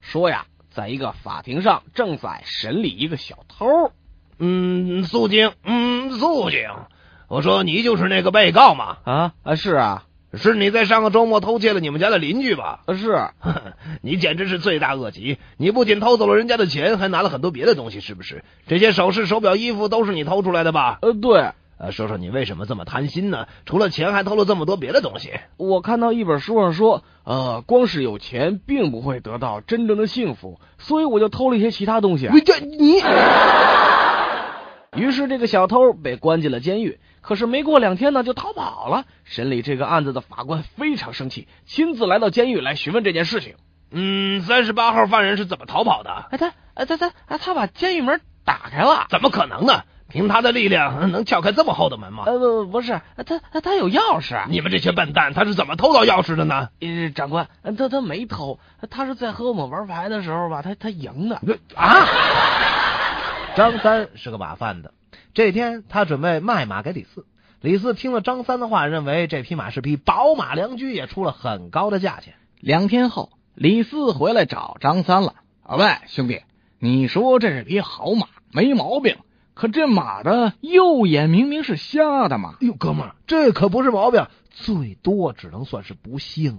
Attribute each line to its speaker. Speaker 1: 说呀，在一个法庭上正在审理一个小偷。
Speaker 2: 嗯，肃静，嗯，肃静。我说你就是那个被告嘛？
Speaker 1: 啊啊，是啊，
Speaker 2: 是你在上个周末偷窃了你们家的邻居吧？
Speaker 1: 啊是，
Speaker 2: 你简直是罪大恶极！你不仅偷走了人家的钱，还拿了很多别的东西，是不是？这些首饰、手表、衣服都是你偷出来的吧？
Speaker 1: 呃，对，
Speaker 2: 呃，说说你为什么这么贪心呢？除了钱，还偷了这么多别的东西。
Speaker 1: 我看到一本书上说，呃，光是有钱并不会得到真正的幸福，所以我就偷了一些其他东西啊。
Speaker 2: 这你
Speaker 1: 于是这个小偷被关进了监狱，可是没过两天呢，就逃跑了。审理这个案子的法官非常生气，亲自来到监狱来询问这件事情。
Speaker 2: 嗯，三十八号犯人是怎么逃跑的？
Speaker 1: 哎，他，哎他他哎他把监狱门打开了。
Speaker 2: 怎么可能呢？凭他的力量能撬开这么厚的门吗？
Speaker 1: 呃，不不是，呃他他他有钥匙。啊
Speaker 2: 你们这些笨蛋，他是怎么偷到钥匙的呢？
Speaker 1: 呃，长官，呃他他没偷，他是在和我们玩牌的时候吧，他他赢的。
Speaker 2: 啊！
Speaker 3: 张三是个把贩子，这天他准备卖马给李四。李四听了张三的话，认为这匹马是匹宝马，良驹也出了很高的价钱。
Speaker 4: 两天后，李四回来找张三了。老魏，兄弟，你说这是匹好马，没毛病。可这马的右眼明明是瞎的嘛！
Speaker 3: 哎呦，哥们儿，这可不是毛病，最多只能算是不幸。